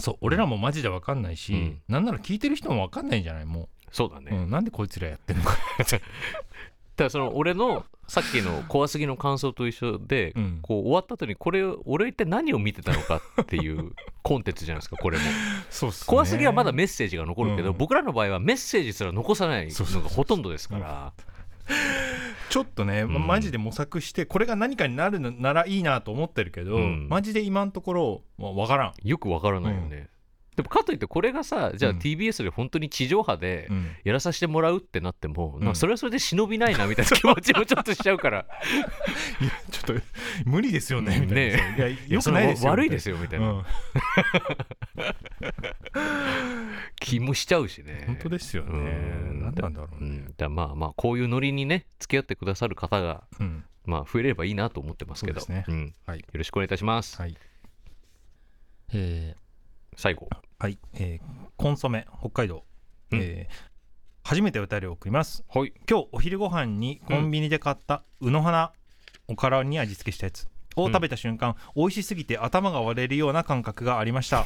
そう俺らもマジで分かんないし、うんなんなら聞いてる人も分かんないんじゃないもそうだね、う、うん、なんでこいつらやってんのか、ただその俺のさっきの怖すぎの感想と一緒で、うんこう終わった後にこれ俺一体何を見てたのかって いうコンテンツじゃないですかこれもそうっすね怖すぎはまだメッセージが残るけど、うん僕らの場合はメッセージすら残さないそうそのうがそうほとんどですからちょっとね、まうんマジで模索してこれが何かになるのならいいなと思ってるけど、うんマジで今のところ、まあ、分からん、よくわからないよね、でもかといってこれがさじゃあうん TBS で本当に地上波でうんやらさせてもらうってなっても、うんなんかそれはそれで忍びないなみたいな気持ちもちょっとしちゃうからいやちょっと無理ですよねうんみたいなさ、い やよくないですよ悪いですよよみたみいたな、いな、うん気もしちゃうしね本当ですよねうん何なんだろううん、ねだからまあまあこういうノリにね付き合ってくださる方がうんまあ増えればいいなと思ってますけどそうですんはいよろしくお願いいたします、はいえ最後ーはいえーコンソメ北海道、うんえー初めてお便りを送りますはい今日お昼ご飯にコンビニで買ったうの花おからに味付けしたやつを食べた瞬間、美味しすぎて頭が割れるような感覚がありま した、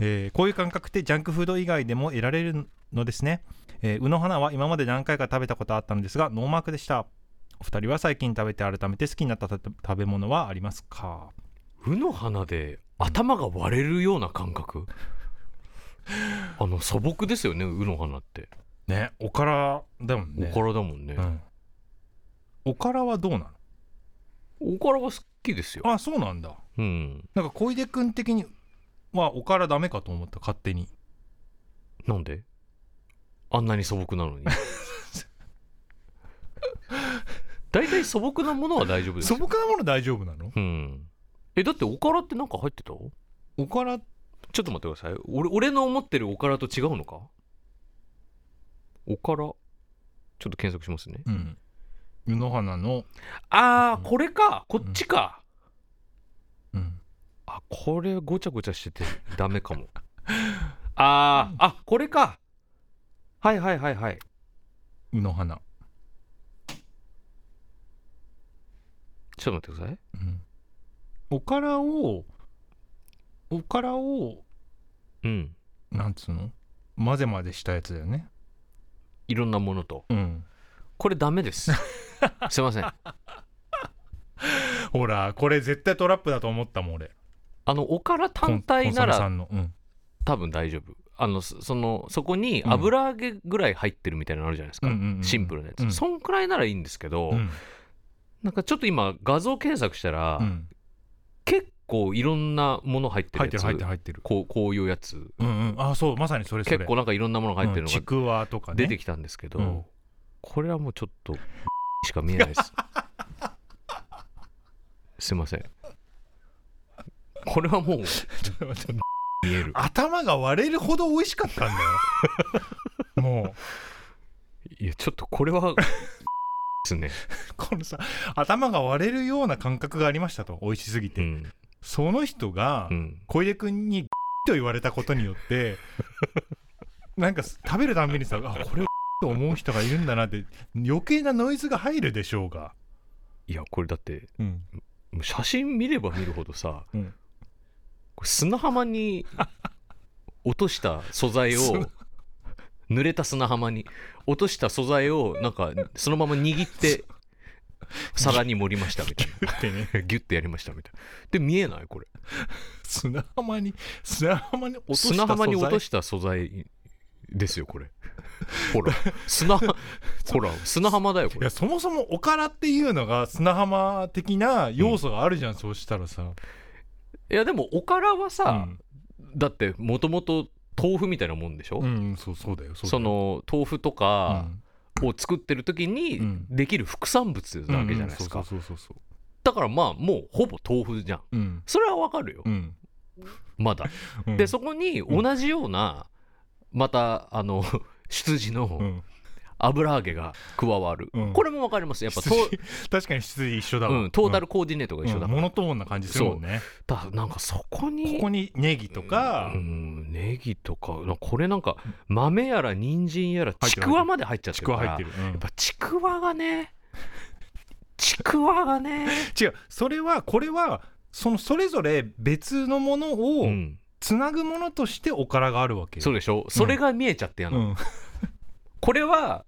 えーこういう感覚ってジャンクフード以外でも得られるのですね、えー、うの花は今まで何回か食べたことあったのですがノーマークでしたお二人は最近食べて改めて好きになったた食べ物はありますかうの花で頭が割れるような感覚 あの素朴ですよねうの花って、ねおからだもんおからだもんね、うんおからはどうなおからは好きですよのあそうなんだうんなんか小出君的にはおからダメかと思った勝手になんであんなに素朴なの に大体素朴なものは大丈夫です素よ朴なもの大丈夫なのうんえだっておからってなんか入ってたちょおからっと待ってください俺俺の思ってるおからと違うのかおからちょっと検索しますねうん湯の花の、あーこれかこっちか、うん、あこれごちゃごちゃしててダメかも あーあこれかはいはいはいはい湯の花、ちょっと待ってくださいうん、おからをおからをうんなんつうの混ぜ混ぜしたやつだよねいろんなものとうん これダメですすいませんほらこれ絶対トラップだと思ったもん俺あのおから単体なコンコンソメさらんの、うん、多分大丈夫あのそそのそこにうん油揚げぐらい入ってるみたいなのあるじゃないですか、うんうんうんうんシンプルなやつ、うんそんくらいならいいんですけど、うんなんかちょっと今画像検索したら、うん結構いろんなもの入ってる入っやてつる入ってる入ってるこうこういうやつうんうんあそうまさにそれそれ結構なんかいろんなものが入ってるうんのちがくわとかね出てきたんですけど、うんこれはもうちょっと しか見えないです すいませんこれはもうちょっと待って見える頭が割れるほど美味しかったんだよもいやちょっとこれは ですね、うこのさ頭が割れるような感覚がありましたと美味しすぎて、うんその人がうん、小出君にと言われたことによってなんか食べるたんびにさあこれをと思う人がいるんだなって余計なノイズが入るでしょうが、いやこれだってうん、もう写真見れば見るほどさ、うんこれ砂浜に落とした素 材を砂濡れた砂浜に落とした素材をなんかそのまま握って皿に盛りましたみたいってねな ギュッてやりましたみたいなで見えないこれ砂浜に砂浜に落とした素材砂浜に落とした素材ですよこ れほら砂浜ほら砂浜だよこいれやそもそもおからっていうのが砂浜的な要素があるじゃん、そうしたらさ、いやでもおからはうさ、んだってもともと豆腐みたいなもんでしょ、うん、そうそうだよそうだよその豆腐とかを作ってる時うにんできる副産物うんなわけじゃないですうかんそうそうそうそだからまあもうほぼ豆腐じゃんううんそれはわかるようんまだうんでそこに同じようなまたあの 出自うのん油揚げが加わるうんこれもわかりますやっぱと羊 確かに羊一緒だわ、うんトータルコーディネートが一緒だうんかモらノトーンな感じするもんねだからなんかそこにここにネギとか、うんネギとかなこれなんか豆やら人参やらちくわまで入っちゃってちるくかわ入らってる、うんやっぱちくわがねちくわがね、違うそれはこれはそのそれぞれ別のものうをん、つなぐものとしておからがあるわけよそうでしょそれが見えちゃってやうの、ん、これは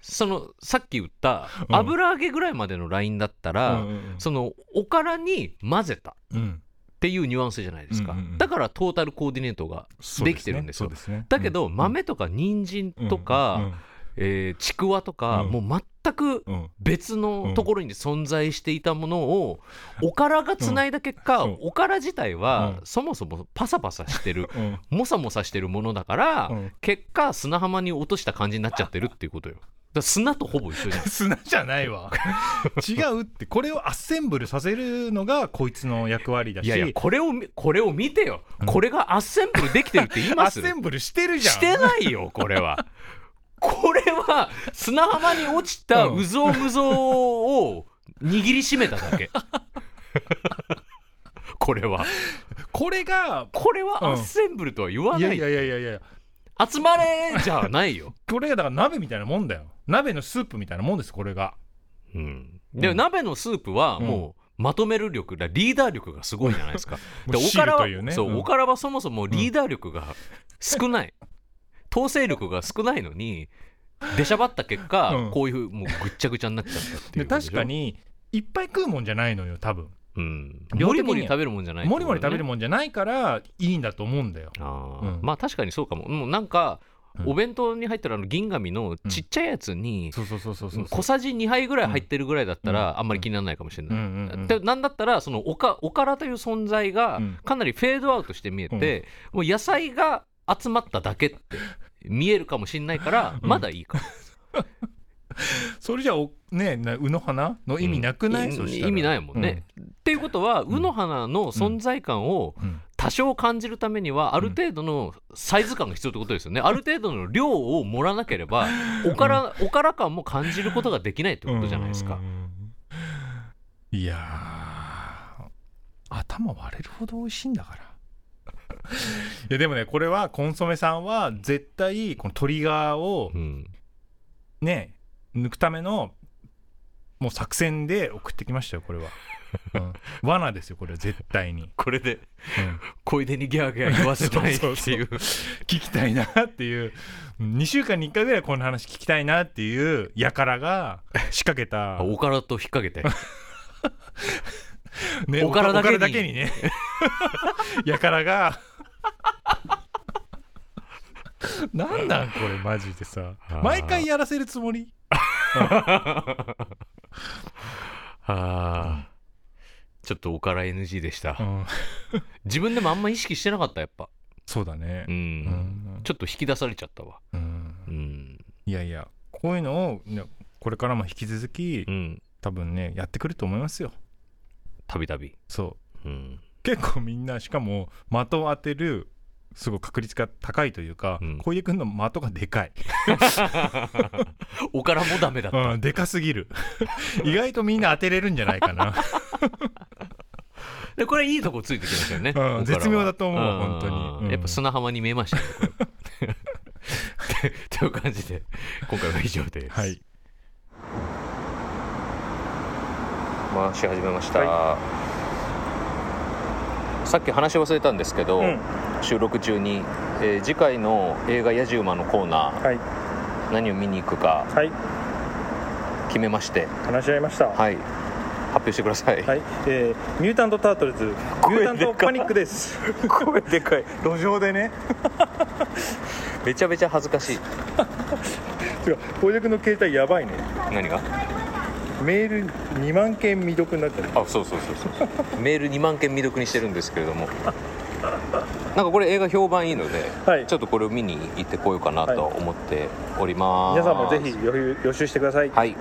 そのさっき言ったうん油揚げぐらいまでのラインだったら、うんうんそのおからに混ぜたっうんていうニュアンスじゃないですか、うんうんうんだからトータルコーディネートがそうできてるんですよそうですねだけど、うん豆とか人参とか、えーちくわとか、うんもう全くうんうんうん別のところに存在していたものをおからがつないだ結果、うんおから自体はうそもそもパサパサしてるうんうんもさもさしてるものだから、うん結果砂浜に落とした感じになっちゃってるっていうことよだから砂とほぼ一緒じゃん砂じゃない わ違うってこれをアッセンブルさせるのが こいつの役割だしいやいやこれをみこれを見てよ、うんこれがアッセンブルできてるって言いアまッすセンブルしてるじゃんしてないよこれはこれは砂浜に落ちたうんうぞうむぞうを握りしめただ けこれはこれがこれはアッセンブルとは言わないいやいやいやいやいや集まれじゃないよ、これがだから鍋みたいなもんだよ鍋のスープみたいなもんですこれがうん、で、 うん鍋のスープはもうまとめる力だリーダー力がすごいじゃないですかでもうおから汁はというねそう、うんおからはそもそもリーダー力が少ない、統制力が少ないのに出しゃばった結果、うんこういうもうぐっちゃぐちゃになっちゃったっていでうことでし確ょか、にいっぱい食うもんじゃないのよ多分うん、量もり的にもり食べるもんじゃないってこもとりだね、もり食べるもんじゃないからいいんだと思うんだよあーうんまあ確かにそうかももうなんか、うんお弁当に入ってるあの銀紙のちっちゃいやつに、そうそうそうそうそう小さじ2杯ぐらい入ってるぐらいだったら、うんあんまり気にならないかもしれない、うんうんうんでなんだったらそのおかおからという存在がうんかなりフェードアウトして見えて、もう野菜が集まっただけって見えるかもしれないからうんまだいいかも、それじゃおねなうの花の意味なくない、うんそしたら意味ないもんね、、っていうことは卯の花の存在感をうんうん多少感じるためにはある程度のサイズ感が必要ってことですよね、ある程度の量を盛らなければおから,、おから感も感じることができないってことじゃないですかう、ん。いやー頭割れるほど美味しいんだから。 いやでもねこれはコンソメさんは絶対このトリガーをうんね抜くためのもう作戦で送ってきましたよこ れは、うん、罠ですよこれは絶対に、これでうん小出にギャーギャー言わせないっていうそうそう聞きたいなっていう2週間に1回ぐらいこの話聞きたいなって いう輩が仕掛けたあおからと引っ掛けてねおからだけにおだけに ねやからが なんなんこれマジでさあー毎回やらせるつもりあーちょっとおから NG でした、うん自分でもあんま意識してなかったやっぱそうだねうん、うんちょっと引き出されちゃったわうんうんいやいやこういうのをねこれからも引き続きうん多分ねやってくると思いますよたびたびそううん結構みんなしかも的を当てるすごい確率が高いというかうん小出君の的がでかい、おからもダメだった、うん、でかすぎ る意外とみんな当てれるんじゃないか なでこれいいとこついてきましたよね、うんおからは絶妙だと思う本当にんうんやっぱ砂浜に見えましたねこ れてという感じで今回は以上です、はい回し始めました、さっき話し忘れたんですけど、うん収録中に、えー次回の映画「やじ馬」のコーナー、はい何を見に行くかはい決めまして話し合いましたはい発表してください、はい、えーミュータント・タートルズミュータント・パニックです声でかい路上でねめちゃめちゃ恥ずかしいてか小出君の携帯やばいね何がメール2万件未読になってるあそうそうそうそう メール2万件未読にしてるんですけれどもなんかこれ映画評判いいので、はいちょっとこれを見に行ってこようかなと思っております、皆さんもぜひ予予習してくださいはい